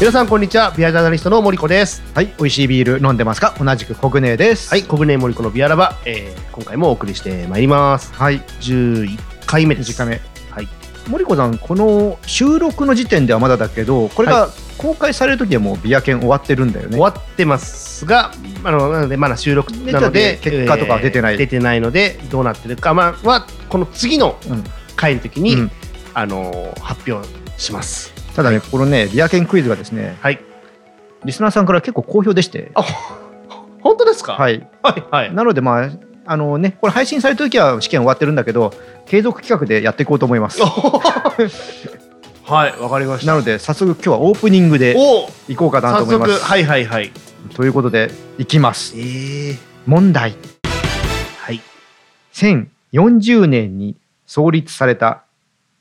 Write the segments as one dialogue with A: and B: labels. A: 皆さんこんにちはビアジャーナリストの森子です
B: はい、美味しいビール飲んでますか同じくコグネです。
A: はい、小舟森子のビアラバ、えー、今回もお送りしてまいります
B: はい、
A: 11回目です
B: 短め。
A: はい。
B: 森子さん、この収録の時点ではまだだけど、これが公開される時はもうビア券終わってるんだよね。
A: 終わってますがあのなのでまだ収録なので
B: ちょっと結果とかは出てない
A: 出てないのでどうなってるか、まあ、はこの次の
B: うん
A: 回の時に、
B: うん
A: あのー発表します
B: ただね、このね、ビア券クイズがですね、
A: はい
B: リスナーさんから結構好評でして、
A: あほ本当ですかい
B: は
A: は
B: い。
A: いはい
B: なので、まあ、あのね、これ配信された時は試験終わってるんだけど、継続企画でやっていこうと思います。
A: はいわかりました
B: なので、早速今日はオープニングで
A: お
B: いこうかなと
A: 早
B: 思いま
A: 速
B: す。
A: はいはいはい
B: ということで、いきます。
A: ええ
B: 問題。
A: はい
B: 1040年に創立された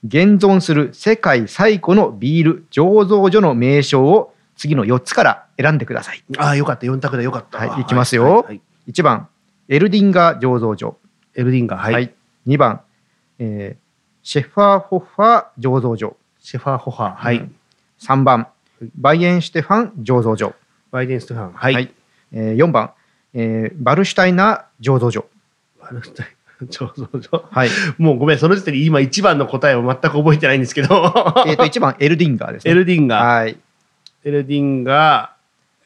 B: 現存する世界最古のビール醸造所の名称を次の4つから選んでください
A: ああよかった4択でよかった
B: はいいきますよ
A: はいはい
B: 1番エルディンガー醸造所、
A: エルディンガーはい、
B: 2番、えーシェファーホッファー醸造所
A: シェファーホハーはい、
B: うん3番バイエンシュテファン醸造所、
A: バイデンステファンはい、
B: はいえ4番、えーバルシュタイナー醸造所、
A: 悪くない醸造所
B: はい
A: もうごめんその時点で今一番の答えを全く覚えてないんですけど
B: えーと1番エルディンガーです
A: エ
B: ね
A: ルディンガー、
B: はい、
A: エルディンガ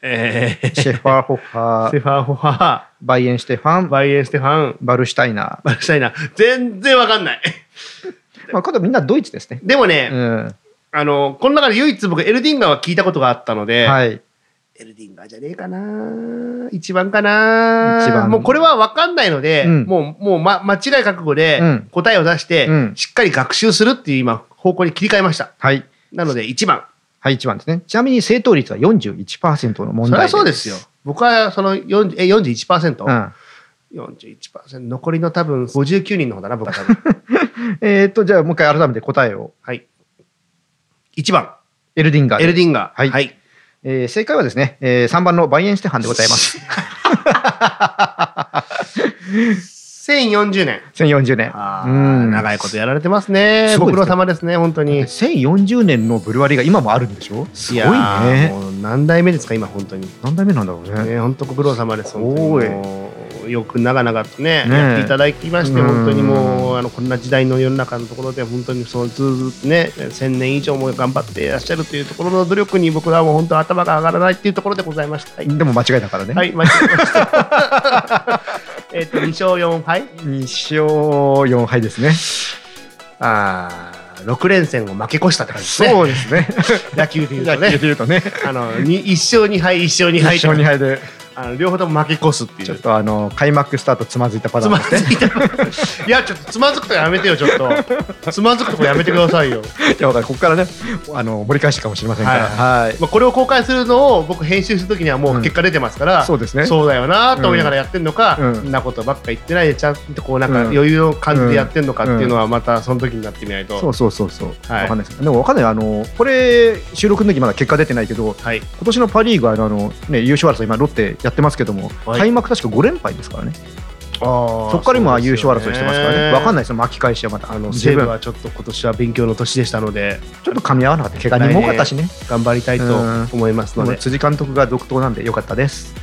A: ーえー、
B: シェファーホッファ
A: ステ
B: ー
A: ファン・ホハ
B: バイエンシュテファン
A: バイエン・ステファン、
B: バルシュタイナー
A: バルシャイナ、全然わかんない。
B: まあ、今度みんなドイツですね。
A: でもね、
B: うん。
A: あの、この中で唯一僕、エルディンガーは聞いたことがあったので、
B: はい。
A: エルディンガーじゃねえかな一番かな
B: 一番
A: もうこれはわかんないので、
B: うん
A: もう、もう、ま、間違い覚悟で
B: うん
A: 答えを出して、
B: うん
A: しっかり学習するっていう今、方向に切り替えました。
B: はい。
A: なので、1番。
B: はい、一番ですね。ちなみに正答率は41%の問
A: それ
B: 題
A: はそうですよ。僕はその40え41%、
B: うん。
A: 41%残りの多分59人の方だな僕は 多分
B: えーっと、じゃあもう一回改めて答えを。
A: はい1番
B: エルディンガー
A: エ
B: で。
A: ルディンガー
B: はいえー正解はですね、え3番のバイエンシュテファンでござい ます。
A: 1040年。
B: 1040年。
A: あー
B: うん。
A: 長いことやられてますね。
B: すご
A: ご
B: いですね
A: 苦労様ですね、本当に。
B: 1040年のブルワリーが今もあるんでしょすごい
A: やー
B: ね。
A: もう何代目ですか、今、本当に。
B: 何代目なんだろうね。
A: ね、本当ご苦労様です。
B: すごい
A: 本当にもうよく長々とね、
B: ねえ
A: やっていただきまして、
B: うん
A: 本当にもう、あの、こんな時代の世の中のところで、本当にそのずーっとね、1000年以上も頑張っていらっしゃるというところの努力に、僕らはもう本当頭が上がらないっていうところでございました。はい、
B: でも間違いだからね。
A: はい、間違えました。 えっと、2勝4敗
B: 2勝4敗ですね。
A: ああ、6連戦を負け越したって感じですね。
B: そうですね。
A: 野球で言うと
B: 野
A: ね。
B: 球で言うと ね。
A: あの、に一勝二敗、一勝二
B: 2
A: 敗って
B: 勝2敗で、
A: あの、両方とも負け越すってい
B: ちょっ
A: う。
B: とあの、開幕スタートつまずいたパタ
A: つ
B: ーン
A: ま
B: です
A: ず
B: ね。
A: いた。 いや、ちょっとつまずくとかやめてよ、ちょっと。つまずくとかやめてくださいよ。
B: いや、わかるここからね、あの、盛り返してかもしれませんから。はい。
A: まあ、これを公開するのを、僕編集するときには、もう結果出てますから。
B: そうですね。
A: そうだよなと思いながらやってるのか、
B: うん
A: そんなことばっか言ってないでちゃんとこうなん
B: う
A: か
B: ん
A: 余裕を感じてやってるのかっていうのはまたその時になってみないと、
B: そうそうそうそう。
A: はい
B: わかんないです。でもわかんない。あの、これ、収録の時まだ結果出てないけど、
A: はい
B: 今年のパ・リーグは、あの、ね、優勝争い、今、ロッテやってますけども、
A: はい
B: 開幕確か5連敗ですからね。
A: そ
B: そこから今、優勝争いしてますからね。わかん
A: ない
B: ないですよ、巻き返しはまた。
A: あの
B: 十
A: 西
B: 分
A: 武はちょっと今年は勉強の年でしたので
B: ちょっと噛み合わなかった。怪我人も多かったしね。
A: 頑張りたいと思います
B: で
A: の
B: も
A: で、
B: 辻監督が続投なんでよかったです。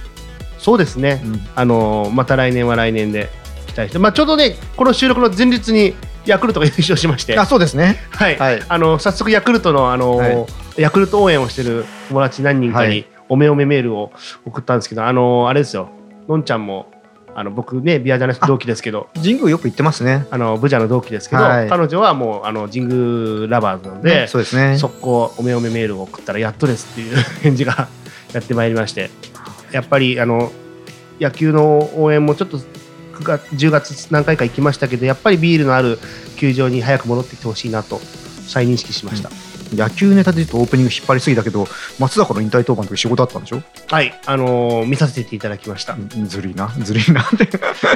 A: そうですね、
B: うん
A: あのまた来年は来年で期待して、まあ、ちょうどね、この収録の前日にヤクルトが優勝しまして、
B: あ、そうですね。
A: はい
B: はい
A: あの早速、ヤクルトのあの、
B: はい
A: ヤクルト応援をしてる友達何人か
B: は
A: に
B: い
A: おめおめメールを送ったんですけど、あのあれですよ、のんちゃんもあの僕ね、ビアジャーナリスト同期ですけど、
B: 神宮よく行ってますね。
A: あのブジャの同期ですけど、
B: はい
A: 彼女はもうあの神宮ラバーズなん
B: ね
A: で、
B: そうですね。
A: 速攻おめおめメールを送ったらやっとですっていう 返事がやってまいりましてやっぱりあの野球の応援もちょっと9月10月何回か行きましたけどやっぱりビールのある球場に早く戻ってきてほしいなと再認識しました、
B: 野球ネタで言うとオープニング引っ張りすぎだけど、松坂の引退当番の時仕事あったんでしょ
A: はいあのー見させていただきました
B: ずるいな、ずる いなって。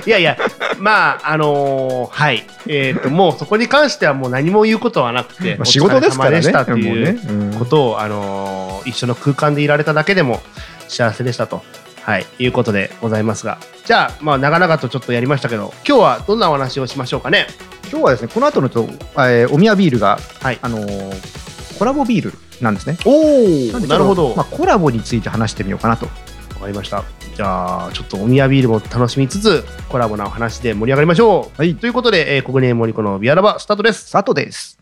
A: いやいやまああのーはいえっ、ともうそこに関してはもう何も言うことはなくて、
B: まあ、仕事ですからね。
A: お疲れ様でしたって
B: も
A: いう
B: ねうん
A: ことを、あのー一緒の空間でいられただけでも幸せでしたと、はい、いうことでございますがじゃあ,、まあ長々とちょっとやりましたけど今日はどんなお話をしましょうかね
B: 今日はですね、この後のちょっと、えー、おみやビールが、
A: はい
B: あのーコラボビールなんですね。
A: お
B: ん
A: お
B: で
A: なるほど、
B: まあ、コラボについて話してみようかなと。
A: わかりました。じゃあ、ちょっとお宮ビールも楽しみつつ、コラボなお話で盛り上がりましょう。
B: はい
A: ということで、えー、国根森子のビアラバ、スタートです。
B: スタートです。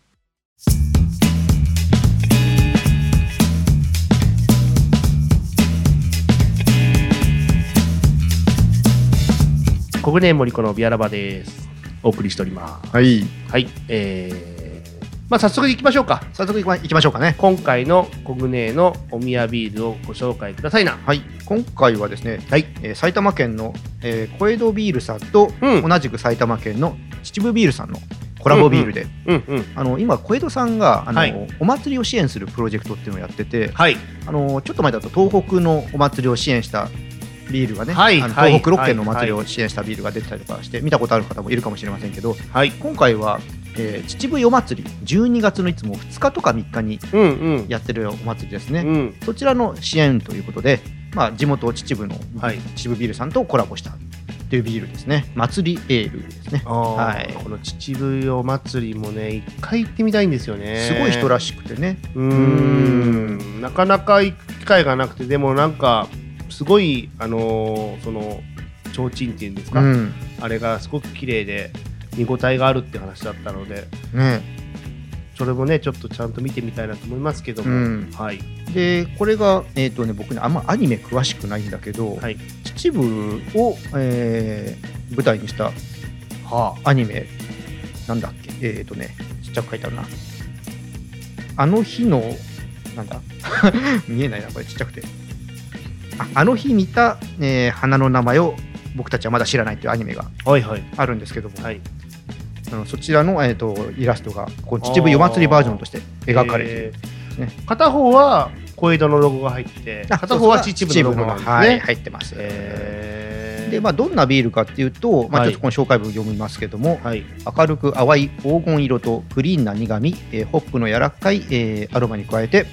A: 国根森子のビアラバです。お送りしております。
B: はい。
A: はい。えー、まあ、早速行きましょうか。
B: 早速いきまいきましょうかね。
A: 今回の国根のお宮ビールをご紹介くださいな。
B: はい、今回はですね、
A: はい
B: えー埼玉県の、えー小江戸ビールさんと、
A: うん
B: 同じく埼玉県の秩父ビールさんのコラボビールで、
A: うんうん。
B: あの今、小江戸さんがあの、
A: はい
B: お祭りを支援するプロジェクトっていうのをやってて、
A: はい。
B: あのちょっと前だと東北のお祭りを支援したビールがね、
A: はい
B: あの
A: はい
B: 東北6県のお
A: はい
B: 祭りを支援したビールが出てたりとかして、見たことある方もいるかもしれませんけど、
A: はい。
B: 今回は、えー秩父夜祭り、12月のいつも2日とか3日に
A: うんうん。
B: やってるお祭りです
A: う
B: ね。
A: ん。
B: そちらの支援ということで、まあ、地元秩父の
A: はい
B: 秩父ビールさんとコラボしたというビールですね。祭りエールですね。
A: は
B: はい
A: い、この秩父夜祭りもね一回行ってみたいんですよね
B: すごい人ら
A: しい
B: しくてね。
A: うーんなかなか行く機会がなくてでもなんかすごいあのーその提灯っていうんですか、
B: うん。
A: あれがすごく綺麗で見応えがあるって話だったので
B: ね。
A: それもねちょっとちゃんと見てみたいなと思いますけども、
B: うん
A: はい
B: で、これが、えっ、とね、僕ね、あんまアニメ詳しくないんだけど、
A: はい
B: 秩父を、えー舞台にした
A: は
B: アニメ、なんだっけ、えっ、とね、ちっちゃく書いてあるな。あの日の、なんだ 見えないな、これちっちゃくて。ああの日見た、えー花の名前を僕たちはまだ知らないというアニメが
A: あはいはい
B: あるんですけども、
A: はい
B: あのそちらの、えー、とイラストがこう秩父夜祭りバージョンとして描かれている、
A: えー
B: ね
A: 片方は小江戸のロゴが入ってて
B: あ
A: 片方は秩父のロゴなんですね、
B: はい、入ってます、
A: えー
B: でまあ、どんなビールかっていうと、まあ、
A: はい
B: ちょっとこの紹介文読みますけども、
A: はい
B: 明るく淡い黄金色とクリーンな苦み、えーホップの柔らかい、えーアロマに加えて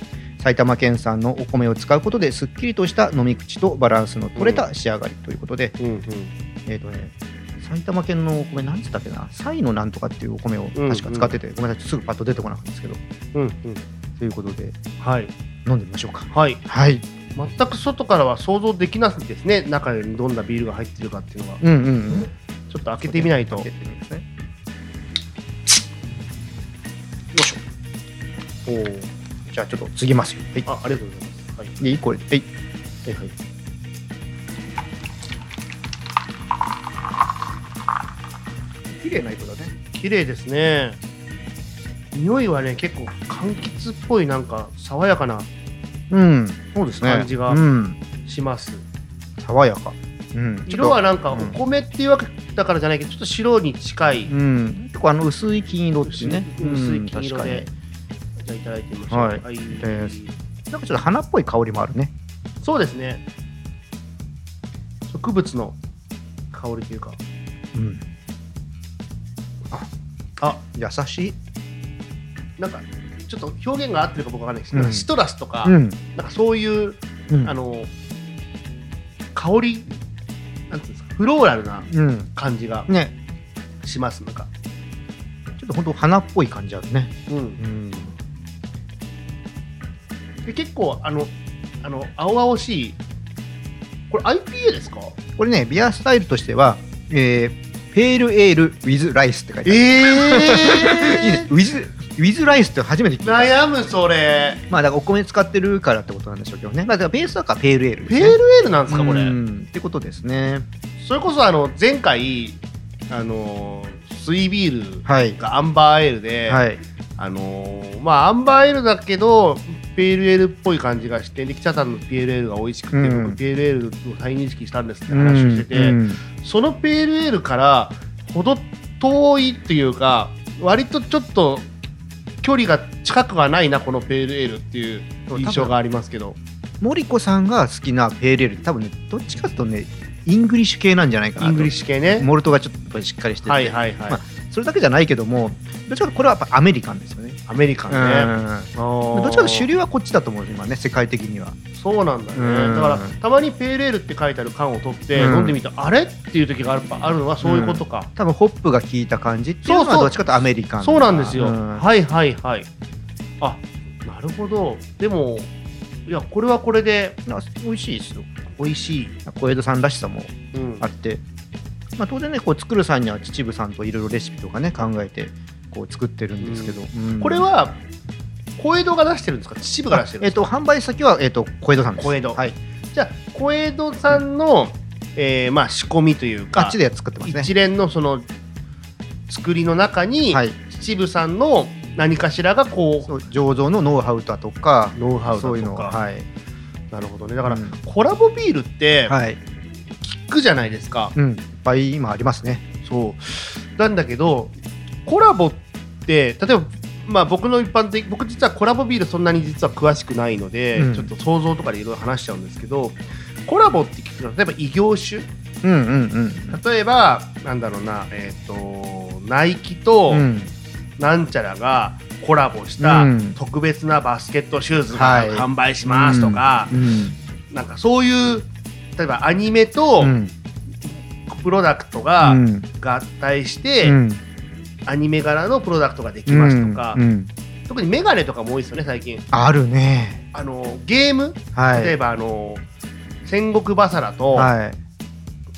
B: 埼玉県産のお米を使うことですっきりとした飲み口とバランスの取れた仕上がりということで、
A: うんうん
B: えーとね、埼玉県のお米なんつったっけなサイのなんとかっていうお米を確か使ってて、ごめんなさいすぐパッと出てこなかったんですけど
A: うんうん
B: ということで
A: はい
B: 飲んでみましょうか
A: はい
B: はい
A: 全く外からは想像できないですね中にどんなビールが入ってるかっていうのは
B: うんうんうん
A: ちょっと開けてみないと
B: 開けてみますね
A: おー
B: じゃあちょっと次ますよはい
A: あありがとうございますはい
B: でいいこれはい
A: はいはい
B: 綺麗な色だね
A: 綺麗ですね匂いはね結構柑橘っぽいなんか爽やかな
B: うんそうですね
A: 感じが
B: うん
A: します
B: 爽やかうんちょっと
A: 色はなんか
B: う
A: お
B: ん
A: 米っていうわけだからじゃないけどちょっと白に近い、
B: うん、結構あの薄い金色っていうね
A: 薄い薄い
B: うん
A: 金色で
B: 確か
A: じゃあいただいてみましょう
B: はい
A: はい
B: ですになんかちょっと花っぽい香りもあるね
A: そうですね植物の香りというか
B: うんああ優しい
A: なんかちょっと表現が合ってるか僕わかんないですけど、
B: うん
A: シトラスとか、
B: ん、
A: なんかそういう、
B: うん
A: あの香りなんていうんですかフローラルな
B: うん
A: 感じが
B: ね
A: しますなんか、
B: ちょっと本当花っぽい感じあるね
A: うん、
B: ん
A: で結構あのあの青々しいこれ IPA ですか
B: これねビアスタイルとしては、えー、ペールエールウィズライスって書いてある、いいね
A: え
B: ウィズウィズライスって初めて聞いた
A: 悩むそ れ
B: まあだからお米使ってるからってことなんでしょうけどね、まあ、だからベースだからペールエールです
A: ペ
B: ね
A: ールエールなんですかこれ、
B: うんってことですね
A: それこそあの前回あのスイビール
B: はい
A: がアンバーエールで、
B: はい
A: あのーまあアンバーエールだけどペールエールっぽい感じがしてで北さんのペールエールが美味しくて、
B: うん
A: 僕ペールエールを再認識したんですって話をしてて、
B: うん
A: そのペールエールからほど遠いっていうか割とちょっと距離が近くはないなこのペールエールっていう印象がありますけど
B: 森子さんが好きなペールエールって多分ねどっちかというとねイングリッシュ系なんじゃないかな
A: イ
B: と
A: ングリッシュ系ね。
B: モルトがちょっとやっぱりしっかりしてて、
A: はいはいはい、
B: まあそれだけじゃないけどもどっちかというとこれはやっぱアメリカンですよね
A: アメリカンね。
B: うん
A: ど
B: どっちかというと主流はこっちだと思う今ね世界的には
A: そうなんだよね、
B: うん
A: だからたまにペールエールって書いてある缶を取って
B: うん
A: 飲んでみた、あれっていう時があるあるのはそういうことか、
B: 多分ホップが効いた感じっていうの
A: そう
B: は
A: そう
B: どっちかというとアメリカンな
A: そうなんですよ、
B: うん
A: はいはいはいあなるほどでもいやこれはこれで
B: な美味しいですよ
A: 美味しい、
B: 小江戸さんらしさも
A: うん
B: あって、まあ、当然ねこう作る際には秩父さんといろいろレシピとかね考えてこう作ってるんですけど、うん
A: これは小江戸が出してるんですか秩父が出してるんで
B: えっ
A: すか
B: と販売先は、えっと小江戸さんです
A: 小江戸
B: はい、
A: じゃあ小江戸さんの、えーまあ、仕込みという
B: あ
A: か
B: っちで作ってますね
A: 一連のその作りの中に、
B: はい、
A: 秩父さんの何かしらがこう
B: そう醸造のノウハウだとか
A: ノウハウだ
B: そういう
A: と
B: の
A: か
B: はい、
A: なるほどねだから、
B: うん
A: コラボビールって
B: はい
A: 聞くじゃないですか、
B: うん、いっぱい今ありますね
A: そうなんだけどコラボって例えばまあ僕の一般的僕実はコラボビールそんなに実は詳しくないので、
B: うん
A: ちょっと想像とかでいろいろ話しちゃうんですけどコラボって聞くと例えば異業種
B: うんうんうん
A: 例えばなんだろうなえっ、とナイキと
B: うん
A: なんちゃらがコラボした
B: うん
A: 特別なバスケットシューズ
B: は
A: が
B: い
A: 販売しますとか、
B: うん
A: なんかそういう例えばアニメと
B: うん
A: プロダクト
B: う
A: が
B: ん
A: 合体して、
B: うん
A: アニメ柄のプロダクトができますとか、
B: うんうん
A: 特にメガネとかも多いですよね最近
B: あるね
A: あのゲーム
B: はい
A: 例えばあの戦国バサラと、
B: はい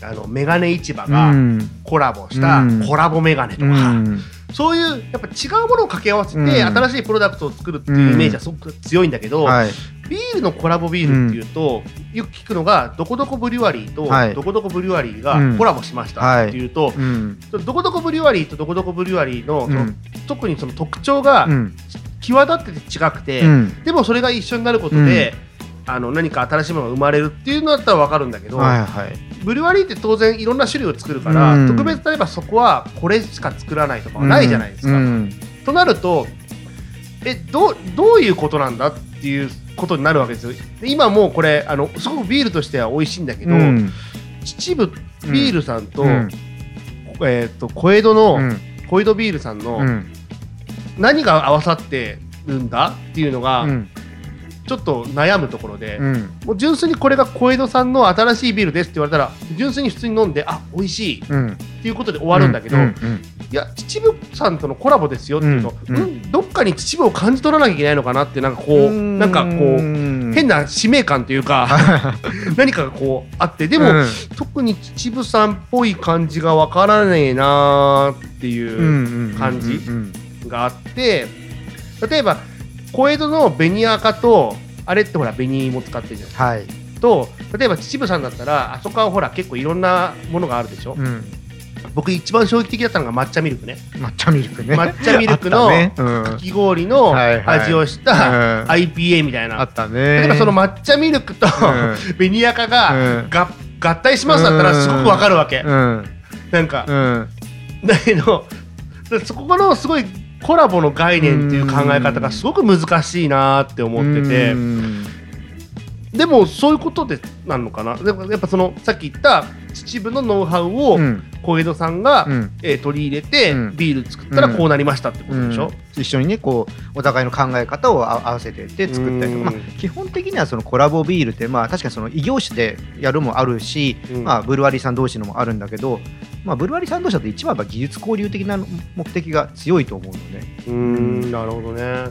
A: あのメガネ市場
B: う
A: が
B: ん
A: コラボした
B: うん
A: コラボメガネと
B: う
A: か、
B: ん
A: そういうやっぱ違うものを掛け合わせて、
B: うん
A: 新しいプロダクトを作るっていうイメージはすごく強いんだけど、
B: はい
A: ビールのコラボビールっていうと、よく聞くのがどこどこブリュワリーと、
B: はい
A: どこどこブリュワリー
B: う
A: が
B: ん
A: コラボしましたっていうと、
B: うん
A: どこどこブリュワリーとどこどこブリュワリーの,、
B: う
A: その
B: ん
A: 特にその特徴が
B: うん
A: 際立ってて違くて、
B: うん
A: でもそれが一緒になることで、あの何か新しいものが生まれるっていうのだったら分かるんだけど、
B: はいはい
A: ブリュワリーって当然いろんな種類を作るから、
B: うん
A: 特別例えばそこはこれしか作らないとかはないじゃないですか。
B: うん
A: となるとえどうどういうことなんだっていうことになるわけですよ。で今もうこれあのすごくビールとしては美味しいんだけど、
B: うん
A: 秩父ビールさんと,、
B: うん
A: えー、と小江戸の、
B: うん
A: 小江戸ビールさんの、
B: うん
A: 何が合わさってるんだっていうのが、
B: うん
A: ちょっと悩むところで、
B: うん
A: もう純粋にこれが小江戸さんの新しいビールですって言われたら純粋に普通に飲んであ美味しいっ
B: うん
A: ていうことで終わるんだけど、
B: ううん
A: いや秩父さんとのコラボですよっていうと、
B: うん
A: んどっかに秩父を感じ取らなきゃいけないのかなってなんかこう
B: うん
A: なんかこう変
B: な
A: な使命感というか 何かがこうあってで
B: で
A: も、特に秩父さんっぽい感じがわからねえなーっていう感じのがあって例えば小江戸の紅赤とあれってほら紅も使ってるじゃない
B: はい
A: と例えば秩父さんだったらあそこはほら結構いろんなものがあるでしょ、
B: うん
A: 僕一番衝撃的だったのが抹茶ミルクね
B: 抹茶ミルクね
A: 抹茶ミルクの
B: あったね
A: かき氷の
B: はいはい
A: 味をし
B: うん
A: た
B: うん
A: IPA みたい
B: あ
A: な
B: ったね
A: 例えばその抹茶ミルクと
B: う
A: 紅赤が
B: うん
A: が合体しますだったらすごくわかるわけ
B: うん
A: なんか
B: うん
A: だけどそこのすごいコラボの概念っていう考え方がすごく難しいなーって思ってて
B: うん
A: でもそういうことでなのかなでもやっぱそのさっき言った秩父のノウハウを
B: うん
A: 小江戸さんが、
B: うん
A: えー取り入れて、
B: うん
A: ビール作ったらこうなりましたってことでしょ、
B: 一緒にねこうお互いの考え方をあ合わせてって作ったりとか、まあ
A: うん、
B: 基本的にはそのコラボビールってまあ確かにその異業種でやるもあるし、
A: うん
B: まあ、ブルワリーさん同士のもあるんだけど、まあ、ブルワリーさん同士だと一番は技術交流的な目的が強いと思うので
A: うーんなるほどね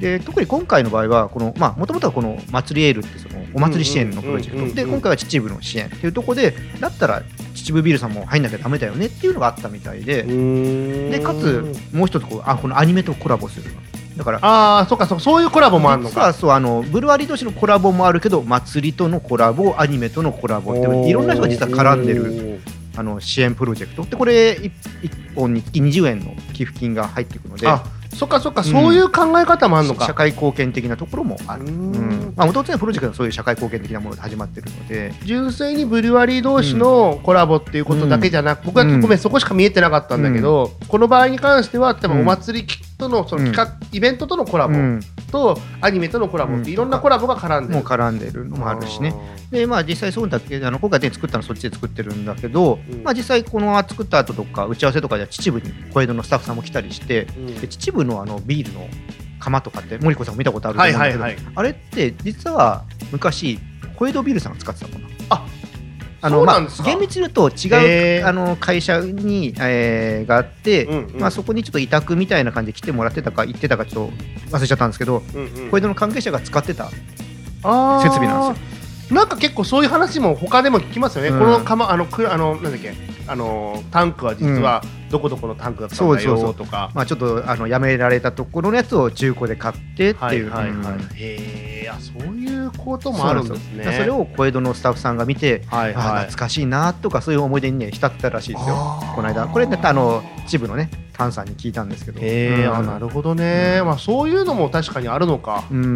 B: で特に今回の場合はこの、まあ、もともとはこの祭りエールってそのお祭り支援のプロジェ
A: うんうんう
B: ク
A: ん
B: トで今回は秩父の支援っていうところでだったら秩父ビールさんも入んなきゃダメだよねっていうのがあったみたいでで
A: で
B: かつもう一つこうあこのアニメとコラボするだから
A: ああそうかそうそういうコラボもあるの
B: 実は
A: か
B: そうあのブルワリー同士のコラボもあるけど祭りとのコラボアニメとのコラボっていろんな人が実は絡んでる
A: る
B: あの支援プロジェクトでこれ 1, 本につき20円の寄付金が入っていくので
A: あそっかそっか、そういう考え方もあるの
B: 社
A: か
B: 会貢献的なところもある。
A: う
B: う
A: ーん
B: んまあ、元々のプロジェクトはそういう社会貢献的なもので始まってるので、
A: 純粋にブリュワリー同士のコラボっていうことだけじゃなく、僕は
B: うん
A: ごめんそこしか見えてなかったんだけど、この場合に関しては例えば
B: う
A: お
B: ん
A: 祭りとのその企画、イベントとのコラボ
B: うん
A: とアニメとのコラボっていろんなコラボが絡んで
B: もう
A: る、
B: 絡んでるのもあるしね。でまあ、実際そうだけあの今回で作ったのはそっちで作ってるんだけど、
A: うん
B: まあ、実際この作った後とか打ち合わせとかでは秩父に小江戸のスタッフさんも来たりして
A: うん
B: で秩父のあのビールの釜とかって森子さんも見たことあると
A: は
B: 思う
A: い
B: んだ
A: は
B: け
A: い
B: ど、
A: はい
B: あれって実は昔小江戸ビールさんが使ってたものな
A: あ
B: あの
A: そう
B: ま
A: な
B: あ
A: んですか
B: 厳密に言うと違う、
A: へー
B: あの会社に、えーがあって、
A: うんうん
B: まあ、そこにちょっと委託みたいな感じで来てもらってたか行ってたかちょっと忘れちゃったんですけど、
A: うんうん
B: これでの関係者が使ってた
A: 設
B: 設備なんです
A: よなんか結構そういう話も他でも聞きますよね、
B: うん
A: このかまあのくあのなんだっけあのタンクは実はどこどこのタンクだったんだ
B: そうそうそ
A: よ
B: う
A: とか
B: まあ、ちょっとあのやめられたところのやつを中古で買ってっていう、
A: はいはいはい
B: うん
A: へえあそういうこともあるんですね
B: そうなんですよだからそれを小江戸のスタッフさんが見て、
A: はい
B: ああ
A: はい
B: 懐かしいなとかそういう思い出にね浸ってたらしいですよ
A: あー
B: この間これねあのチブのねタンさんに聞いたんですけど
A: へえ、
B: うん
A: あなるほどね、
B: うん
A: まあそういうのも確かにあるのか、
B: うん
A: う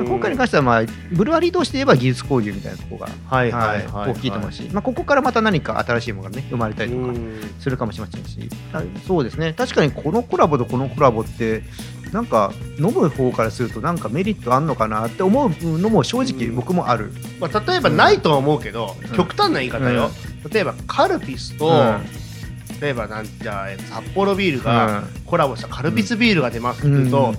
A: ん
B: 今回に関しては、まあ、ブルワリー同士で言えば技術交流みたいなところが、
A: はいは
B: はいい
A: はい
B: 大きいと思うし、まあ、ここからまた何か新しいものがね生まれたりと
A: う
B: か
A: ん
B: するかもしれませんし、あそうですね確かにこのコラボとこのコラボってなんか飲む方からするとなんかメリットあんのかなって思うのも正直
A: うん
B: 僕もある、
A: まあ、例えばないとは思うけど、
B: うん
A: 極端な言い方よ、例えばカルピスと、
B: う
A: 例えばなんじゃあえっと札幌ビール
B: ん
A: がコラボしたカルピスビールが出ますっていうと、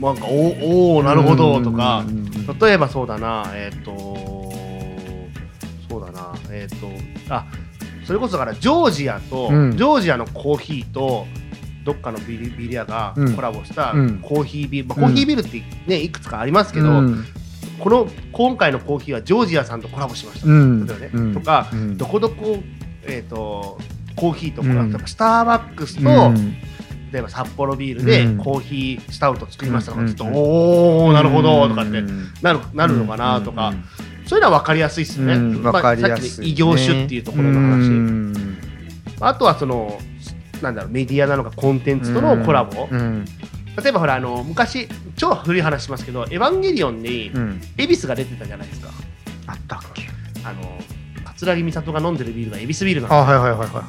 A: なんかおおー
B: うん
A: なるほどとか
B: う、んうんうん
A: 例えばそうだなえっ、とそうだなえっ、とあそれこそだからジョージアと、
B: うん
A: ジョージアのコーヒーとどっかのビリビリヤが
B: うん
A: コラボした
B: うん
A: コーヒービール、まあ、コーヒービールってねいくつかありますけど、
B: うん
A: この今回のコーヒーはジョージアさんとコラボしました、
B: うん
A: 例えばね
B: うん
A: とか
B: うん
A: どこどこえっ、とコーヒーとコラボ、
B: うん
A: やっぱスターバックスと、
B: うん
A: 例えば札幌ビールで
B: うん
A: コーヒースタウト作りましたと
B: う
A: か
B: ん
A: ちょっと、おおなるほどとかって
B: うん
A: なるなるのかなとか、
B: うん
A: そういうのは分かりやすいですよね、
B: うん
A: まあ
B: わかりやすいね
A: さっきの異業種っていうところの話、
B: うん
A: あとはそのなんだろうメディアなのかコンテンツとのコラボ、
B: うん
A: 例えばほらあの昔超古い話しますけど「エヴァンゲリオン」に
B: うん
A: 恵比寿が出てたじゃないですか
B: あったっけ
A: あの桂木美里が飲んでるビールが恵比寿ビールなん
B: あはいはいはいはいは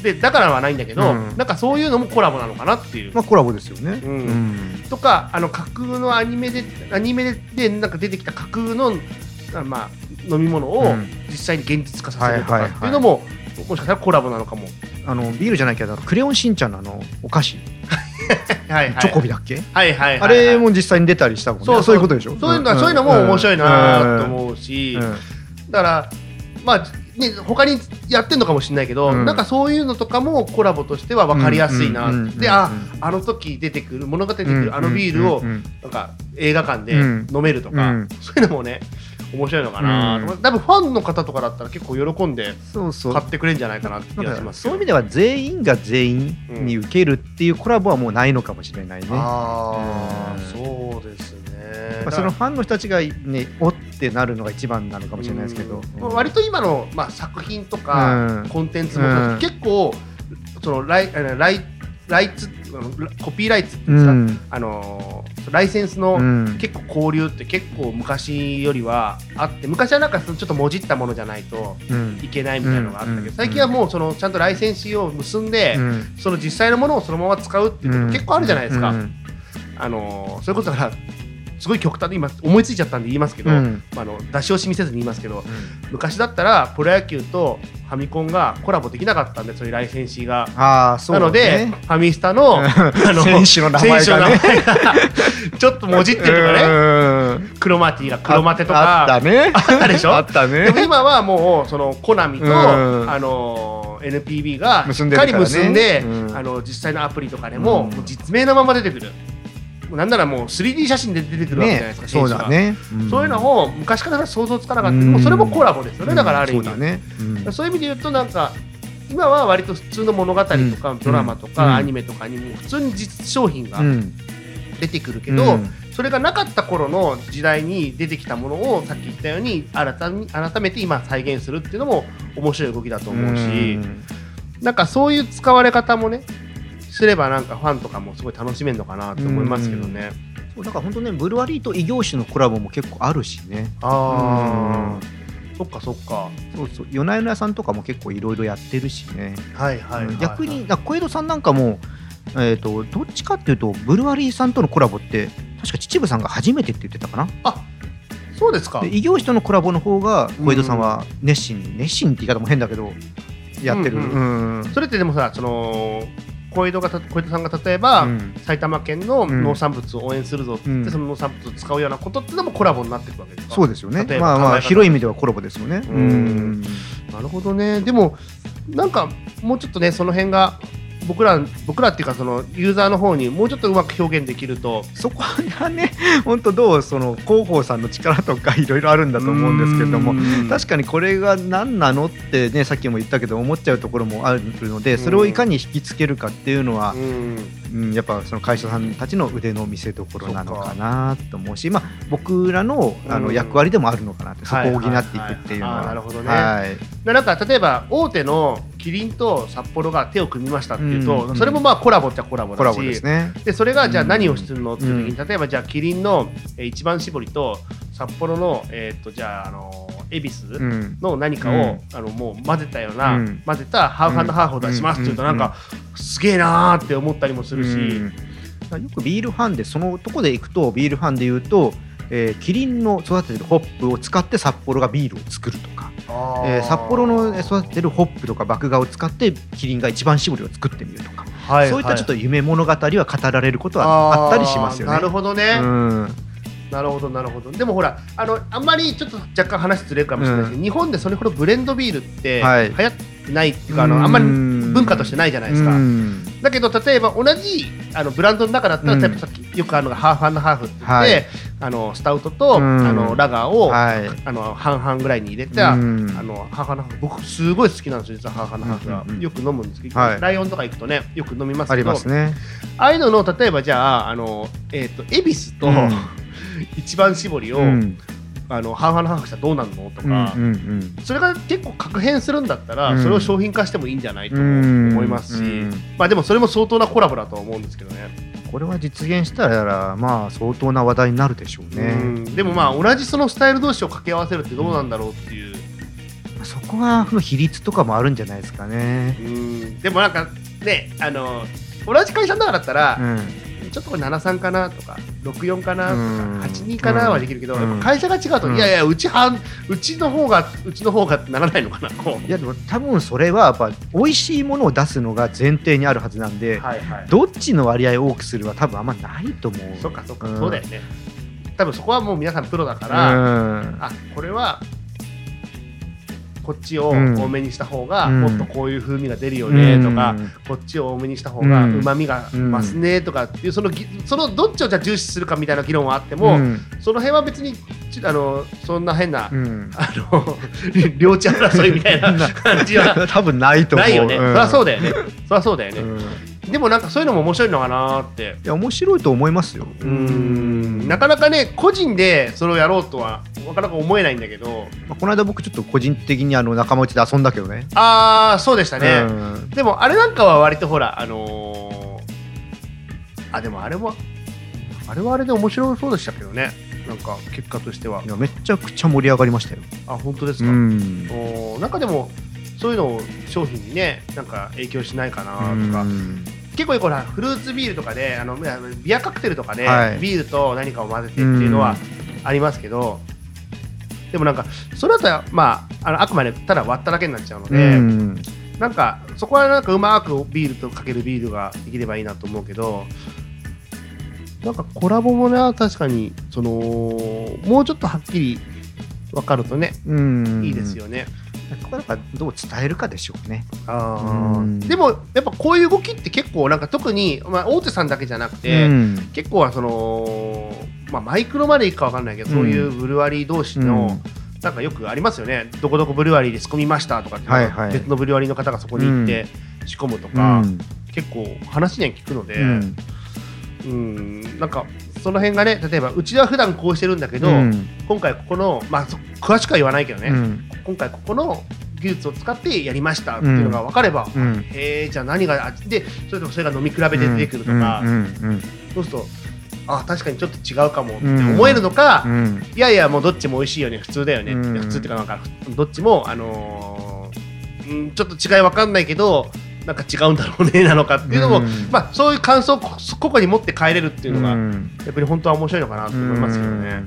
B: い
A: でだからはないんだけど、
B: うん
A: なんかそういうのもコラボなのかなっていう
B: まあコラボですよね
A: うん
B: ん
A: とかあの架空のアニメでアニメでなんか出てきた架空のあまあ飲み物
B: う
A: を
B: ん
A: 実際に現実化させるとか
B: はいはいはい
A: っていうのも、もしかしたらコラボなのかも、
B: あのビールじゃないけどクレヨンしんちゃんのあのお菓子
A: はい
B: チョコビだっけ
A: はいはいはいはい
B: あれも実際に出たりしたもんね
A: そうそう
B: そういうことでしょ
A: そういうのは、そういうのも面白いなと思うし、
B: うん
A: だからまあね他にやってんのかもしれないけど、
B: うん
A: なんかそういうのとかもコラボとしては分かりやすいな、
B: うんうんうんうん
A: でああの時出てくる物語で出てくるあのビールを、
B: うんうんうん
A: なんか映画館で
B: うん
A: 飲めるとか、
B: うん
A: そういうのもね面白いのかな、
B: うん
A: 多分ファンの方とかだったら結構喜んで
B: そうそう
A: 買ってくれるんじゃないかなって気
B: な
A: がし
B: ん
A: ま
B: か
A: す
B: そういう意味では全員が全員に受けるっていうコラボはもうないのかもしれないね、ま
A: ああ
B: う
A: そうですね
B: あ、そのファンの人たちがねおってなるのが一番なのかもしれないですけど、
A: うんまあ割と今の、まあ、作品とか、
B: うん
A: コンテンツもそうだし、
B: うん
A: 結構そのライあのライライツあのラコピーライツっていう
B: うん
A: ですか、
B: ん
A: あのーライセンスの、
B: うん
A: 結構交流って結構昔よりはあって昔はなんかそのちょっともじったものじゃないと
B: うん
A: いけないみたいなのがあったけど、
B: うん
A: 最近はもうそのちゃんとライセンスを結んで、
B: うん
A: その実際のものをそのまま使うっていうこと結構あるじゃないですか、
B: うん
A: あのーそれこそだからすごい極端で今思いついちゃったんで言いますけど、
B: うん
A: まあ、あの出し惜しみせずに言いますけど昔だったらプロ野球とファミコンがコラボできなかったんでそういうライセンシーが。
B: ああそう
A: なので、ファミスタのあの
B: 選手の名前がね
A: 選手の名前が ちょっともじってるとかね、
B: ね
A: クロマティがクロマテと
B: ああ
A: か
B: ったね
A: あった でしょ
B: あったね
A: でも今はもうそのコナミと、
B: うん
A: あの NPB がし
B: 結
A: っ
B: んでる
A: か
B: から
A: り
B: ね
A: 結んで、
B: うん
A: あの実際のアプリとかでも,、
B: うん
A: もう実名のまま出てくるもうなんならもう 3D 写真で出てくるわけじゃないで
B: ね
A: すか、選
B: そ
A: 手
B: う
A: が
B: だね
A: そういうのを昔から想像つかなかった、
B: うん
A: もうそれもコラボですよね、だからある意味、
B: そうだねうん
A: そういう意味で言うとなんか今は割と普通の物語とか、
B: うん
A: ドラマと
B: うん
A: かアニメとかにも普通に実商品が
B: うん
A: 出てくるけど、
B: うん
A: それがなかった頃の時代に出てきたものをさっき言ったように新たに改めて今再現するっていうのも面白い動きだと思うし、
B: ん
A: なんかそういう使われ方もねすればなんかファンとかもすごい楽しめるのかなと思いますけどね。
B: そうだから本当ねブルワリーと異業種のコラボも結構あるしね
A: あーそっかそっか。
B: そうそう夜な夜なさんとかも結構いろいろやってるしね
A: はいはいはいはい
B: 逆にだから小江戸さんなんかもえーとどっちかっていうとブルワリーさんとのコラボって確か秩父さんが初めてって言ってたかな
A: あそうですか
B: で。異業種とのコラボの方が小江戸さんは熱心に、熱心って言い方も変だけどやってる、
A: うんう
B: うん
A: それってでもさその小江戸がた小江戸さんが例えば、
B: うん
A: 埼玉県の
B: うん
A: 農産物を応援するぞって言って、
B: うん
A: その農産物を使うようなことってのもコラボになっていくわけですか
B: そうですよね
A: 例えば
B: まあま
A: 考
B: あ
A: え方
B: 広い意味ではコラボですよね
A: うん
B: うん
A: なるほどねでもなんかもうちょっとねその辺が僕ら僕らっていうかそのユーザーの方にもうちょっとうまく表現できると
B: そこはね本当どうその広報さんの力とかいろいろあるんだと思うんですけれども確かにこれが何なのってねさっきも言ったけど思っちゃうところもあるのでそれをいかに引きつけるかっていうのは
A: う、ん
B: うん、やっぱその会社さんたちの腕の見せ所なのかなと思うしまあ、僕らのあの
A: うん
B: 役割でもあるのかなって、そこ
A: はい
B: を補っていくっていうのは。
A: はいはいはいあーなるほどね
B: はい
A: ななんか例えば大手のキリンと札幌が手を組みましたっていうと、
B: うん
A: それもまあコラボっちゃコラボだ
B: コラ
A: し
B: ボですね。
A: でそれがじゃあ
B: うん
A: 何をするのっていう時に、
B: う
A: 例えばじゃあキリンのえー一番搾りと札幌の、えー、とじゃああのー恵比
B: う
A: 寿
B: ん。
A: の何かを、
B: うん
A: あのもう混ぜたような、
B: うん
A: 混ぜたハーフハーフを出しますっていうと
B: うん
A: な
B: うんん
A: か、すげえなーって思ったりもするし、
B: うんだからよくビールファンでそのとこで行くとビールファンで言うと、えーキリンの育ててるホップを使って札幌がビールを作るとか、
A: あー
B: えー札幌の育ててるホップとか麦芽を使ってキリンが一番搾りを作ってみるとか、
A: はは
B: そういったちょっと夢物語は語られることはあったりしますよね。
A: あーなるほどね、
B: うん
A: なるほどなるほどでもほらあのあんまりちょっと若干話ずれるかもしれないですけど、日本でそれほどブレンドビールって流
B: はい
A: 行ってないっていうか、あのあんまり文化としてないじゃないですか、
B: うん
A: だけど例えば同じあのブランドの中だったら、
B: うん
A: 例えばさっきよくあるのがハーフハーフって言って、
B: はい
A: あのスタウトと、
B: うん
A: あのラガーを、
B: はい。
A: あの半々ぐらいに入れた、
B: うん
A: あのハーフハーフ僕すごい好きなんですよ実はハーフハーフが、
B: うんうんうん
A: よく飲むんですけど、
B: はい
A: ライオンとか行くとねよく飲みます
B: あ
A: け
B: り
A: ど
B: ますね。
A: ああいうのの例えばじゃああの、えー、と恵比寿と、
B: うん
A: 一番搾りを、
B: うん
A: あのハーフハーフしたらどうなるのと
B: うん
A: か、
B: うん
A: それが結構確変するんだったら、
B: うん
A: それを商品化してもいいんじゃないと
B: う
A: 思
B: ん
A: 思いますし、
B: うん
A: まあでもそれも相当なコラボだとは思うんですけどね
B: これは実現したらまあ相当な話題になるでしょう
A: う
B: ね。
A: んでもまあ同じそのスタイル同士を掛け合わせるってどうなんだろうっていう、
B: そこはその比率とかもあるんじゃないですかね。
A: うんでもなんかねあの同じ会社の中だったら
B: う、ん
A: ちょっとこれ73かなとか64かなとか、
B: うん
A: 82かなはできるけど、
B: うん
A: やっぱ会社が違うと、
B: うん
A: いやいやうちはんうちの方がうちの方がってならないのかなこ
B: いやでも多分それはやっぱ美味しいものを出すのが前提にあるはずなん
A: う
B: で、
A: はいはい
B: どっちの割合を多くするは多分あんまないと思う。
A: そっかそっか、
B: うん
A: そうだよね多分そこはもう皆さんプロだから、
B: うん
A: あこれはこっちを
B: うん
A: 多めにした方が、
B: うん
A: もっとこういう風味が出るよねとか、
B: うん
A: こっちを多めにした方が
B: うん
A: うまみが増すねとかっていうそのぎそのどっちをじゃあ重視するかみたいな議論はあっても、
B: うん
A: その辺は別にちあのそんな変な、
B: うん
A: あの領地争いみたい な感じは
B: 多分ないと思う。
A: ないよね、
B: うん
A: そりゃそうだよねそりゃそうだよね、
B: うん
A: でもなんかそういうのも面白いのかなーって
B: いや面白いと思いますよ。
A: うーんなかなかね個人でそれをやろうとはなかなか思えないんだけど
B: まあこの間僕ちょっと個人的にあの仲間内で遊んだけどね。
A: ああそうでしたね、
B: うん
A: でもあれなんかは割とほらあのーあでもあれもあれはあれで面白そうでしたけどねなんか結果としてはい
B: やめちゃくちゃ盛り上がりましたよ。
A: あ本当です
B: う
A: か、
B: ん。
A: おーなんかでもそういうのを商品にねなんか影響しないかなとか、
B: うん
A: 結構ほらフルーツビールとかであのいやビアカクテルとかで、
B: はい
A: ビールと何かを混ぜてっていうのはありますけど、でもなんかそれだとまああのあくまでただ割っただけになっちゃうので、
B: うん
A: なんかそこはなんかうまくビールとかけるビールができればいいなと思うけどなんかコラボもね確かにそのもうちょっとはっきり分かるとね
B: うん
A: いいです。よね。
B: ここはやっぱどう伝えるかでしょうね。
A: あー
B: うん
A: でもやっぱこういう動きって結構なんか特に、まあ、大手さんだけじゃなくて、
B: うん
A: 結構はその、まあ、マイクロまでいくかわかんないけど、
B: うん
A: そういうブルワリー同士の、なんかよくありますよねどこどこブルワリーで仕込みましたとかって、
B: はいはい
A: 別のブルワリーの方がそこに行って仕込むと
B: う
A: か、
B: ん
A: 結構話には聞くので、
B: う
A: うん
B: ん
A: なんかその辺がね例えばうちは普段こうしてるんだけど、
B: うん
A: 今回ここの、まあ、そ詳しくは言わないけどね、
B: うん
A: 今回ここの技術を使ってやりましたっていうのが分かれば、
B: うん
A: へえじゃあ何があでそれともそれが飲み比べて出てくるとか、
B: うんうん
A: そうするとあ確かにちょっと違うかもって思えるのか、
B: うんうん
A: いやいやもうどっちも美味しいよね普通だよね、
B: うん
A: 普通っていうかなんかどっちもあのーうんちょっと違いわかんないけどなんか違うんだろうねなのかっていうのも、
B: うん
A: まあそういう感想をこここに持って帰れるっていうのが、
B: うん
A: 逆に本当は面白いのかなと思いますけどね。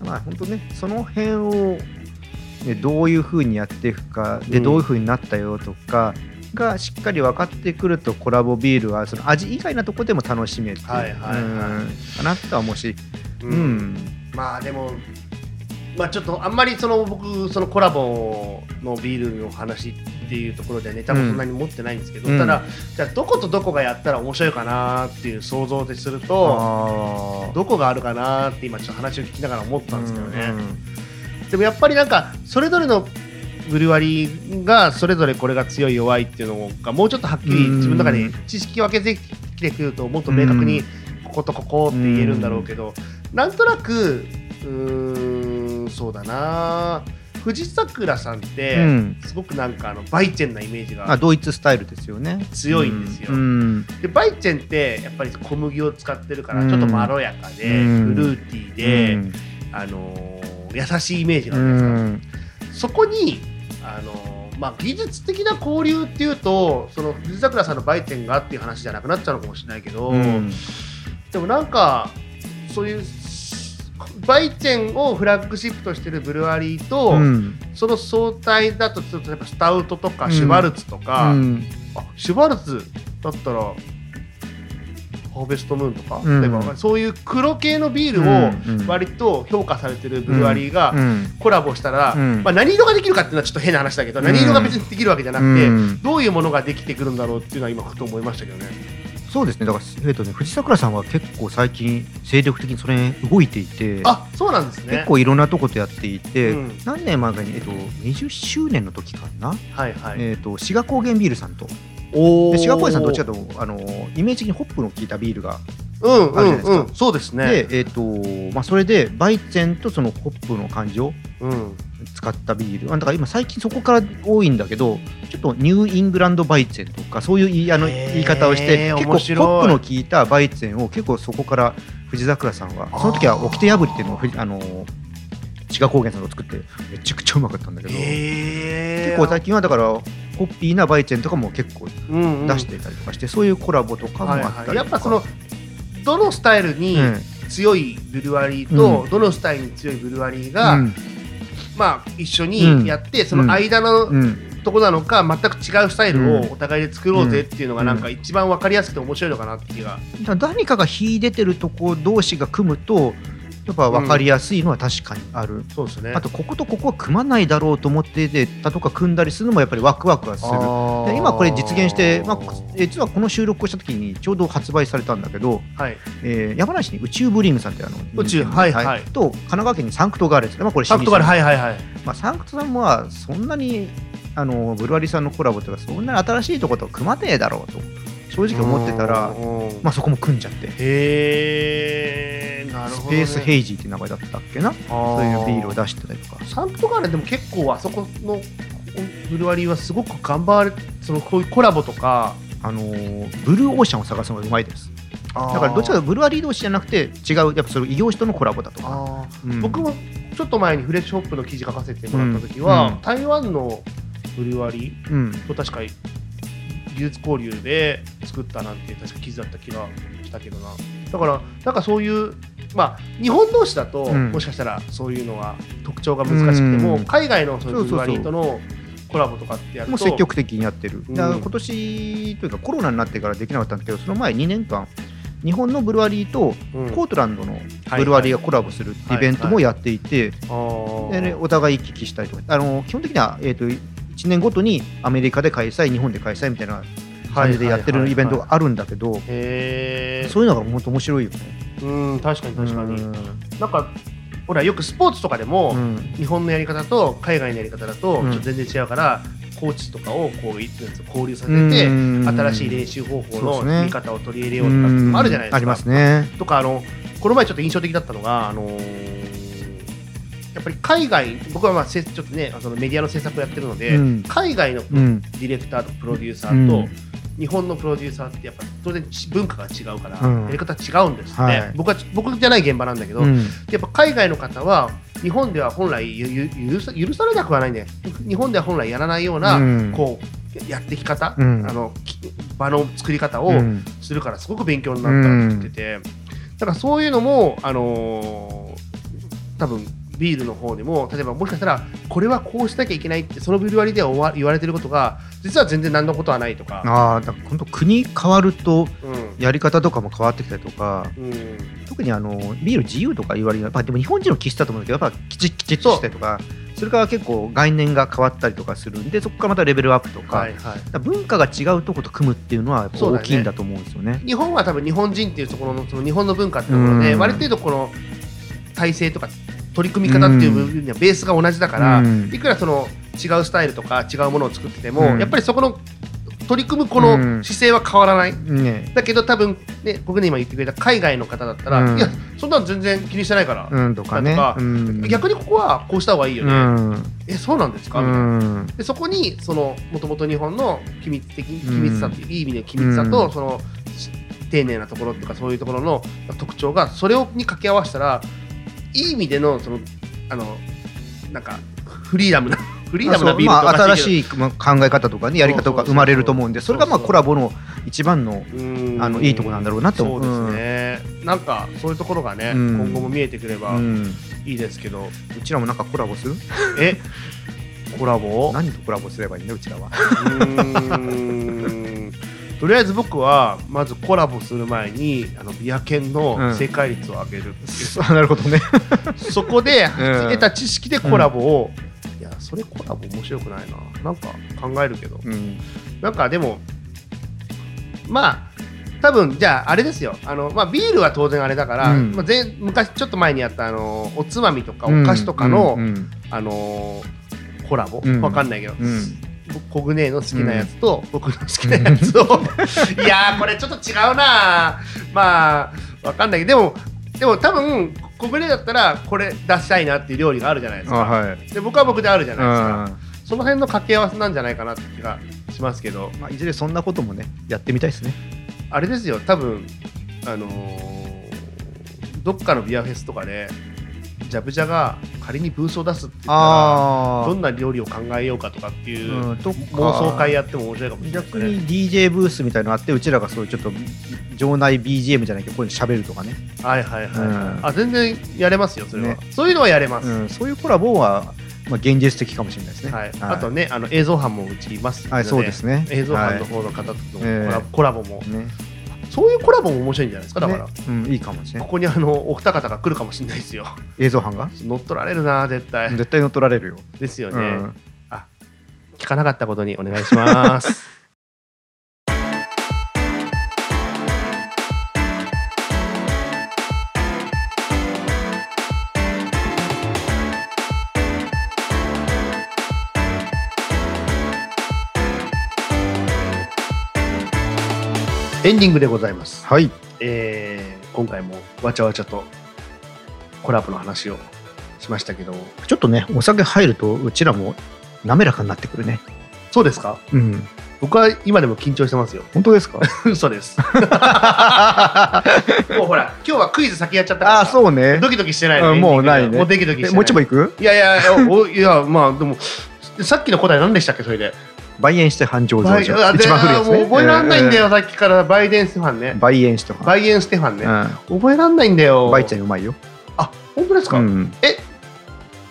B: うん。まあ本当ね、その辺を、ね、どういうふうにやっていくかで、
A: うん
B: どういうふうになったよとかがしっかり分かってくるとコラボビールはその味以外のとこでも楽しめるってう
A: はいはいはい
B: うんかなとは思うし、
A: う
B: うんん
A: まあでも、まあ、ちょっとあんまりその僕そのコラボのビールの話っていうところでネタもそんなに持ってないんですけど、
B: うん
A: ただじゃあどことどこがやったら面白いかなっていう想像ですると
B: あー
A: どこがあるかなって今ちょっと話を聞きながら思ったんですけどね。
B: うんうん
A: でもやっぱりなんかそれぞれのブルワリーがそれぞれこれが強い弱いっていうのがもうちょっとはっきり
B: うん
A: 自分の中で知識分けてきてくるともっと明確に
B: うん
A: こことここって言えるんだろうけどなんとなくうーんそうだな藤桜さんっ
B: う
A: て
B: ん
A: すごくなんかあのバイチェンなイメージ
B: あ
A: が
B: ドイツスタイルですよね
A: 強いんですよ
B: うんうん
A: でバイチェンってやっぱり小麦を使ってるから
B: うん
A: ちょっとまろやかでフ
B: うん
A: ルーティーで、
B: うん
A: あのー優しいイメージ
B: う
A: があるじゃないですか。
B: ん
A: そこに、あのまあ、技術的な交流っていうとその藤桜さんの売店がっていう話じゃなくなっちゃうのかもしれないけど、
B: うん
A: でもなんかそういう売店をフラッグシップとしてるブルワリーと、
B: うん
A: その総体だとちょっとやっぱスタウトとか
B: うん
A: シュバルツとか、
B: うん
A: あシュバルツだったらホーベストムーンとか、
B: うん
A: 例えばそういう黒系のビール
B: うんう
A: を
B: ん
A: 割と評価されてるブルワリーが、
B: うん
A: コラボしたら、
B: うん
A: まあ、何色ができるかっていうのはちょっと変な話だけど、
B: うん
A: 何色が別にできるわけじゃなくて、
B: うん
A: どういうものができてくるんだろうっていうのは今ふと思いましたけどね。
B: そうですねだから、えーとね、藤桜さんは結構最近精力的にそれ動いていて
A: あそうなんですね。
B: 結構いろんなとことやっていて、
A: うん
B: 何年前かに、えっと、20周年の時かな、
A: はいはい。
B: えっと志賀高原ビールさんと
A: お
B: で志賀高原さんどっちか
A: と。
B: というとあのイメージ的にホップの効いたビールが、
A: うんう
B: あるじゃない
A: ん
B: ですか
A: うん。そうですね。
B: で、えっとまあ、それでバイチェンとそのホップの感じを
A: うん。
B: 使ったビールあだから今最近そこから多いんだけどちょっとニューイングランドバイチェンとかそういう言いあの
A: へー
B: 言い方をして結
A: 面
B: 構
A: 白い
B: ホップの効いたバイチェンを結構そこから藤桜さんは
A: あー
B: その時は掟破りっていうのをふじあの志賀高原さんと作ってめちゃくちゃうまかったんだけど、
A: え
B: 結構最近はだからホッピーなバイチェンとかも結
A: 構
B: 構出していたりとかして、そういうコラボとかも
A: は
B: あっ
A: い
B: たりとか、
A: はい、やっぱそのどのスタイル
B: う
A: に
B: ん
A: 強いブルワリーと、
B: う
A: どのスタイルに強いブルワリーが、
B: うん
A: まあ、一緒にやって、その間の
B: うん
A: とこなのか全く違うスタイル
B: うん
A: をお互いで作ろうぜっていうのが
B: うん
A: なんか一番分かりやすくて面白いのかなっていうのは
B: だから何かが秀でてるとこ同士が組むとやっぱ分かりやすいのは確かにある、
A: そうですね
B: あとこことここは組まないだろうと思ってでたとか組んだりするのもやっぱりワクワクはするで今これ実現して、まあ、え実はこの収録をした時にちょうど発売されたんだけど、
A: はい
B: えー山梨に宇宙ブリームさんってあの
A: 宇宙
B: 人気の
A: はいはい
B: と神奈川県にサンクトガーレンズ、まあ、これ
A: サンクトガルはいはいはい
B: まあ、サンクトさんはそんなにあのブルワリーさんのコラボとかそんなに新しいとこと組まねえだろうと正直思ってたら、
A: うんうん
B: まあ、そこも組んじゃって、
A: へえなる
B: ス
A: ほど
B: ペ
A: ね
B: ースヘイジーって名前だったっけな
A: そ
B: そういうビールを出してたりとか
A: サンクトガルでも結構あそこのブルワリーはすごく頑張るそのこういうコラボとか
B: あのーブルーオーシャンを探すのがうまいですだからどっちかというとブルワリー同士じゃなくて違うやっぱそれ異業種とのコラボだとか、
A: あー
B: うん
A: 僕もちょっと前にフレッシュホップの記事書かせてもらった時は、
B: うん
A: 台湾のブルワリー
B: うん
A: と確か技術交流で作ったなんて確か記事だった気がしたけどなだからなんかそういうまあ日本同士だと、
B: うん
A: もしかしたらそういうのは特徴が難しくても、
B: うん
A: 海外のそうい
B: そううそ
A: ブ
B: うそう
A: ルワリーとのコラボとかってやると
B: もう積極的にやってる、
A: うん
B: だから今年というかコロナになってからできなかったんだけどその前2年間日本のブルワリーと
A: うん
B: ポートランドのブルワリーがコラボするってイベントもやっていて、
A: あー
B: でねお互い行き来したりとかあの基本的には、えー、と1年ごとにアメリカで開催日本で開催みたいな感じでやって
A: はいはいはいは
B: る
A: い
B: イベントがあるんだけど、
A: へ
B: そういうのが本当面白いよね。
A: えうん確かに確かに
B: うん
A: なんかほらよくスポーツとかでも、
B: うん
A: 日本のやり方と海外のやり方だと
B: うん
A: ちょっと全然違うから、コーチとかをこういつ交流させて、
B: うん
A: 新しい練習方法
B: そうです
A: の
B: ね
A: 見方を取り入れようとかっていうのもあるじゃないですか。
B: うんありますね。
A: とかあのこの前ちょっと印象的だったのが、あのーやっぱり海外僕はまあせちょっとねそのメディアの制作をやってるので、
B: うん
A: 海外のデ
B: うん
A: ィレクターとプロデューサーと、
B: うん
A: 日本のプロデューサーってやっぱ当然ち文化が違うから、
B: うん
A: やり方違うんですって、
B: はい
A: 僕は僕じゃない現場なんだけど、
B: うん
A: やっぱ海外の方は日本では本来ゆゆ許さ許されなくはないね日本では本来やらないような、
B: うん
A: こうやってき方、
B: うん
A: あのき場の作り方を
B: うん
A: するからすごく勉強になったって言ってて、だからそういうのも、あのー多分ビールの方でも例えばもしかしたらこれはこうしなきゃいけないってそのビル割りでは思わ言われてることが実は全然何のことはないとか、
B: ああだから本当国変わると
A: うん
B: やり方とかも変わってきたりとか
A: うん、
B: 特にあのビール自由とか言われる、まあ、でも日本人の気質だと思うんだけどやっぱきちっきちっとしたりとかそれから結構概念が変わったりとかするんでそこからまたレベルアップとか,、
A: はいはい、
B: 文化が違うとこと組むっていうのはやっぱ大きいんだと思うんですよね。
A: 日本は多分日本人っていうところのその日本の文化っていうところ
B: う
A: で
B: ん
A: 割とこの体制とか取り組み方っていう部分にはベースが同じだから、
B: うん
A: いくらその違うスタイルとか違うものを作ってても、
B: うん
A: やっぱりそこの取り組むこ
B: うん
A: の姿勢は変わらない。
B: ね
A: だけど多分ね僕が今言ってくれた海外の方だったら、
B: うん
A: いやそんなの全然気にしてないから、
B: うんとかね。
A: だとか
B: うん
A: 逆にここはこうした方がいいよ
B: う
A: ね、
B: ん
A: えそうなんですか、みたいな
B: うん
A: でそこにそのもともと日本の機密的機
B: うん
A: 密さという、いい意味での機密さと、
B: うん
A: そのし丁寧なところとかそういうところの特徴がそれをに掛け合わせたらいい意味でのそのあのなんかフリーダムなフリーダムなビール
B: ま
A: と
B: あ、
A: か
B: 新しいまあ考え方とかねやり方
A: そうそ
B: が
A: うそう
B: 生まれると思うんでそれがま
A: そう
B: あ
A: そう
B: コラボの一番の
A: うん
B: あのいいとこなんだろうなと思う
A: そうですね、なんかそういうところがね、
B: うん
A: 今後も見えてくれば
B: うん
A: いいですけど、
B: うちらもなんかコラボする
A: えコラボ
B: 何とコラボすればいいのうちらは
A: う ーんとりあえず僕はまずコラボする前にあのビア研の正解率を上げる、
B: なるほどね
A: そこで
B: ん
A: 得た知識でコラボを、いやそれコラボ面白くないななんか考えるけど
B: うん
A: なんかでもまあ多分じゃああれですよあの、まあ、ビールは当然あれだから、
B: うん
A: まあ、前昔ちょっと前にやったあのおつまみとかお菓子とかの、
B: うんうん
A: あのコラボ、
B: うん
A: わかんないけど、
B: うん
A: コグネの好きなやつと僕の好きなやつを、 いやーこれちょっと違うなーまあわかんないけどでもでも多分コグネだったらこれ出したいなっていう料理があるじゃないです
B: あ
A: か
B: はい
A: で僕は僕であるじゃ
B: うん
A: ないですか
B: ま
A: その辺の掛け合わせなんじゃないかなって気がしますけど
B: あいずれそんなこともねやってみたいですね
A: あれですよ多分あのーどっかのビアフェスとかでジャブジャが仮にブースを出すって言ったら
B: あ
A: どんな料理を考えようかとかっていう、
B: うんとか
A: 妄想会やっても面白いかもしれないです
B: 逆
A: ね。
B: に DJ ブースみたいのあってうちらがそういうちょっと場内 BGM じゃないけどこういうの喋るとかね、
A: はいはいはい、はい
B: うん
A: あ全然やれますよそれは、
B: ね
A: そういうのはやれます、
B: うん、そういうコラボは、まあ、現実的かもしれないですね
A: はいあとねあの映像班もうちいますので
B: はい、そうですね。
A: 映像班の
B: は
A: 方の方とのコ
B: え
A: ラ,、
B: え
A: コラボも
B: いね。
A: そういうコラボも面白いんじゃないですかだから、
B: ねうん、いいかもしれな
A: ここ
B: い。
A: にあのお二方が来るかもしれないですよ
B: 映像班が
A: 乗っ取られるな絶対
B: 絶対乗っ取られるよ。
A: ですよ
B: う
A: ね、
B: ん
A: 聞かなかったことにお願いしますエンディングでございます、
B: はい。
A: えー今回もわちゃわちゃとコラボの話をしましたけど
B: ちょっとね、お酒入ると、うちらも滑らかになってくるね。
A: そうですか
B: うん。
A: 僕は今でも緊張してますよ
B: 本当 ですか
A: 嘘です。もうほら、今日はクイズ先やっちゃったから。
B: ああ、そうね。
A: ドキドキしてない
B: うん
A: エンディングで
B: もうないね
A: もうドキドキしてな
B: え
A: い。
B: もう一枚いく
A: いやいやいや、おい や、まあでも、さっきの答え何でしたっけ、それで。
B: 梅園して繁盛
A: バ
B: 場
A: イ
B: じ
A: あ
B: ゃん。
A: で
B: 一番古いやつ
A: あも
B: ね。
A: う覚えらんないんだ
B: え
A: よ、さっきから。バイデン・ステファン
B: ー。
A: ね。
B: 梅園して繁
A: バイデン・ステファンね。
B: 盛。
A: 覚えらんないんだ
B: う
A: よ。
B: ん。梅ちゃんうまいよ。
A: あ、本当です
B: う
A: か
B: ん。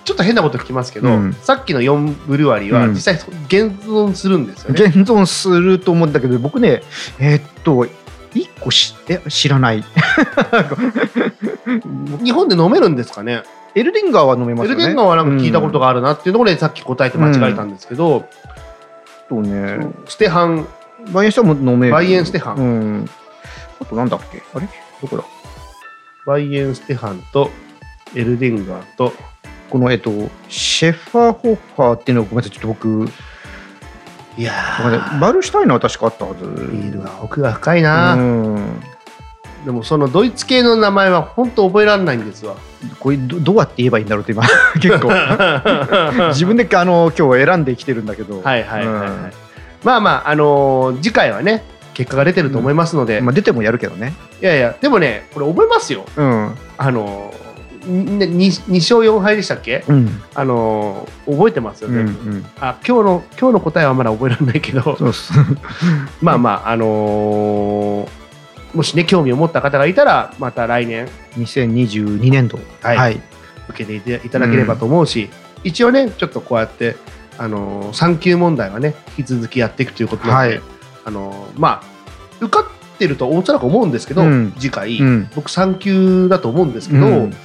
A: ちょっと変なこと聞きますけど
B: うん、
A: さっきの4ブルワリーは
B: うん
A: 実際現存するんですよね。
B: 現存すると思うんだけど、僕ね、えーっと、一個しえ知ら ない。
A: 日本で飲めるんですかね
B: エルディンガーは飲めます
A: エ
B: よ
A: ル
B: ね。
A: デンガーはなんか聞いたこと
B: が。
A: があるなっていうところでさっき答えて間違えたんですけど、
B: そうね。
A: ステハン
B: バイエンしても飲める。
A: バイエンステハン
B: うん。あとなんだっけあれどこだ
A: バイエンステハンとエルディンガーと
B: この、えっと、シェファーホッハーっていうのをごめんなさい、ちょっと僕、ごめん
A: いや
B: なさいバルシュタイナは確かあったはず。
A: ビールは奥が深いな、
B: うん。
A: でもそのドイツ系の名前は本当覚えられないんですわ
B: これど、どうやって言えばいいんだろうって 今、結構。
A: は
B: 自分であの今日選んできてるんだけど、
A: いはいはい、はいまあまああのー次回はね結果が出てると思いますので、
B: うんまあ、出てもやるけどね、
A: いやいやでもねこれ覚えますよ
B: うん
A: あのーにに 2, 勝4敗でしたっけ、
B: うん
A: あのー覚えてますよ
B: う
A: ね、
B: んうん、
A: あ今日の今日の答えはまだ覚えられないけど
B: そうっす
A: まあまああのーもしね興味を持った方がいたらまた来年
B: 2022年度
A: はい受けていただければと思うし、一応ねちょっとこうやってあの3級問題はね引き続きやっていくということなので、
B: はい
A: あのまあ受かってるとおそらく思うんですけど、
B: うん
A: 次回、
B: うん
A: 僕3級だと思うんですけど、
B: うん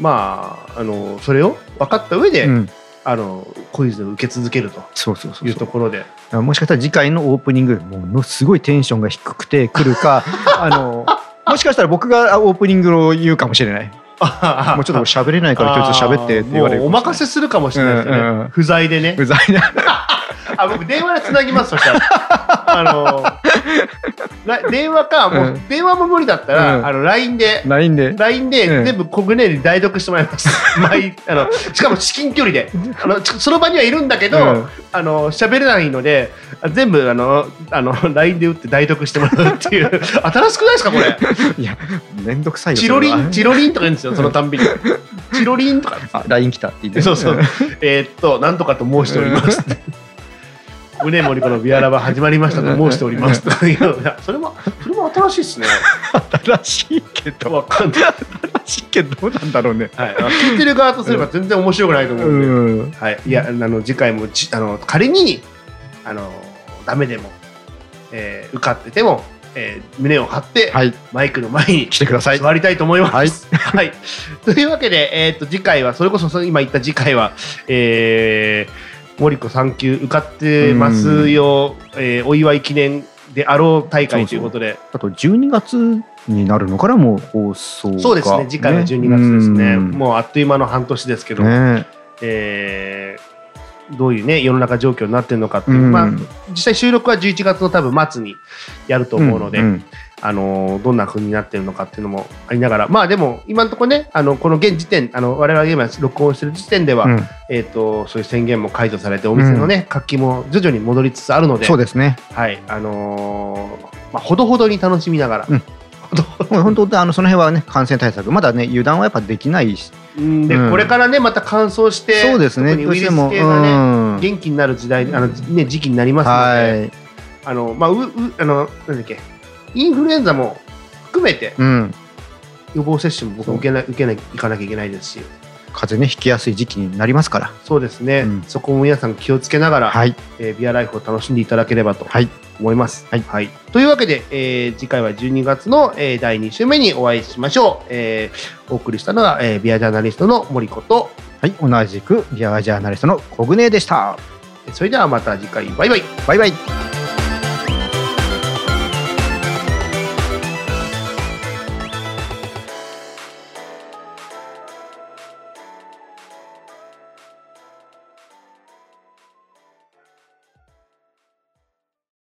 A: まああのそれを分かった上で、
B: うん、
A: あのコイズを受け続けると
B: そうそうそう
A: いう
B: そう
A: ところで
B: だからもしかしたら次回のオープニングものすごいテンションが低くてくるかあのもしかしたら僕がオープニングを言うかもしれないもうちょっと喋れないから今日ちょっと喋ってって言われる
A: あーもうお任せするかもしれないですよね、
B: うんうん
A: 不在でね
B: うざいな
A: あ僕電話でつなぎますそしたら あのら電話かもう、
B: うん
A: 電話も無理だったら、
B: うん
A: あの LINE で
B: LINE で
A: LINE で
B: うん
A: 全部コグネに代読してもらい ます、毎あのしかも至近距離であのちその場にはいるんだけど、
B: うん
A: あの喋れないのであ全部あのあの LINE で打って代読してもらうっていう新しくないですかこれ
B: いやめんどくさいよ
A: チロリ
B: それは
A: ンチロリンとか言うんですよそのたんびにチロリンとか
B: あ LINE 来たって言って。
A: そうそうん えーっと、なんとかと申しております。 宗盛子のビアラバ始まりましたと申しており ます。といういやそれも、それも新しいですね。
B: 新しいけど
A: わかんない。
B: 新しいけどどうなんだろうね
A: はい、聞いてる側とすれば、全然面白くないと思うんで。
B: うん
A: はい、いや、あの、次回も、じ、あの、仮に、あの、ダメでも。えー受かってても、えー胸を張って、
B: はい
A: マイクの前に
B: 来てください
A: 座りたいと思います。
B: はい
A: はい、というわけで、えー、と次回はそれこそその今言った次回は、えー、森子3級受かってますよ、えーお祝い記念であろう大会ということで
B: あと12月になるのからもう放送が
A: そうですね次回は12月ですね
B: うん
A: もうあっという間の半年ですけど、
B: ね
A: えーどういうね世の中状況になってるのかっていう、
B: うん
A: まあ、実際収録は11月の多分末にやると思うので、
B: んん
A: あのどんな風になってるのかっていうのもありながらまあでも今のところねあのこの現時点あの我々が今録音してる時点では、
B: うん
A: えー、とそういう宣言も解除されてお店の、ね活気も徐々に戻りつつあるので
B: そうですね
A: はいあのーまあ、ほどほどに楽しみながら、
B: うん
A: ほどほ
B: もう本当あのその辺はね感染対策まだね油断はやっぱできないし
A: どうんで
B: うん
A: これからねまた乾燥して
B: そうですね
A: 特にウイルス
B: どうし
A: 系
B: ても
A: がね、
B: うん
A: 元気になる時代あの、ね、時期になりますので
B: はい
A: あの、まあ、ううあのなんだっけインフルエンザも含めて
B: うん
A: 予防接種も僕受けな受けない行かなきゃいけないですし
B: 風邪ね引きやすい時期になりますから
A: そうですね、
B: うん
A: そこも皆さん気をつけながら、
B: はい
A: えービアライフを楽しんでいただければと
B: はい
A: 思います。
B: はい
A: というわけで、えー次回は12月の、えー第2週目にお会いしましょう。えーお送りしたのは、えービアジャーナリストの森子と、
B: はい同じくビアガジャーナリストのコグネでした
A: それではまた次回、バイバイ。
B: バイバイ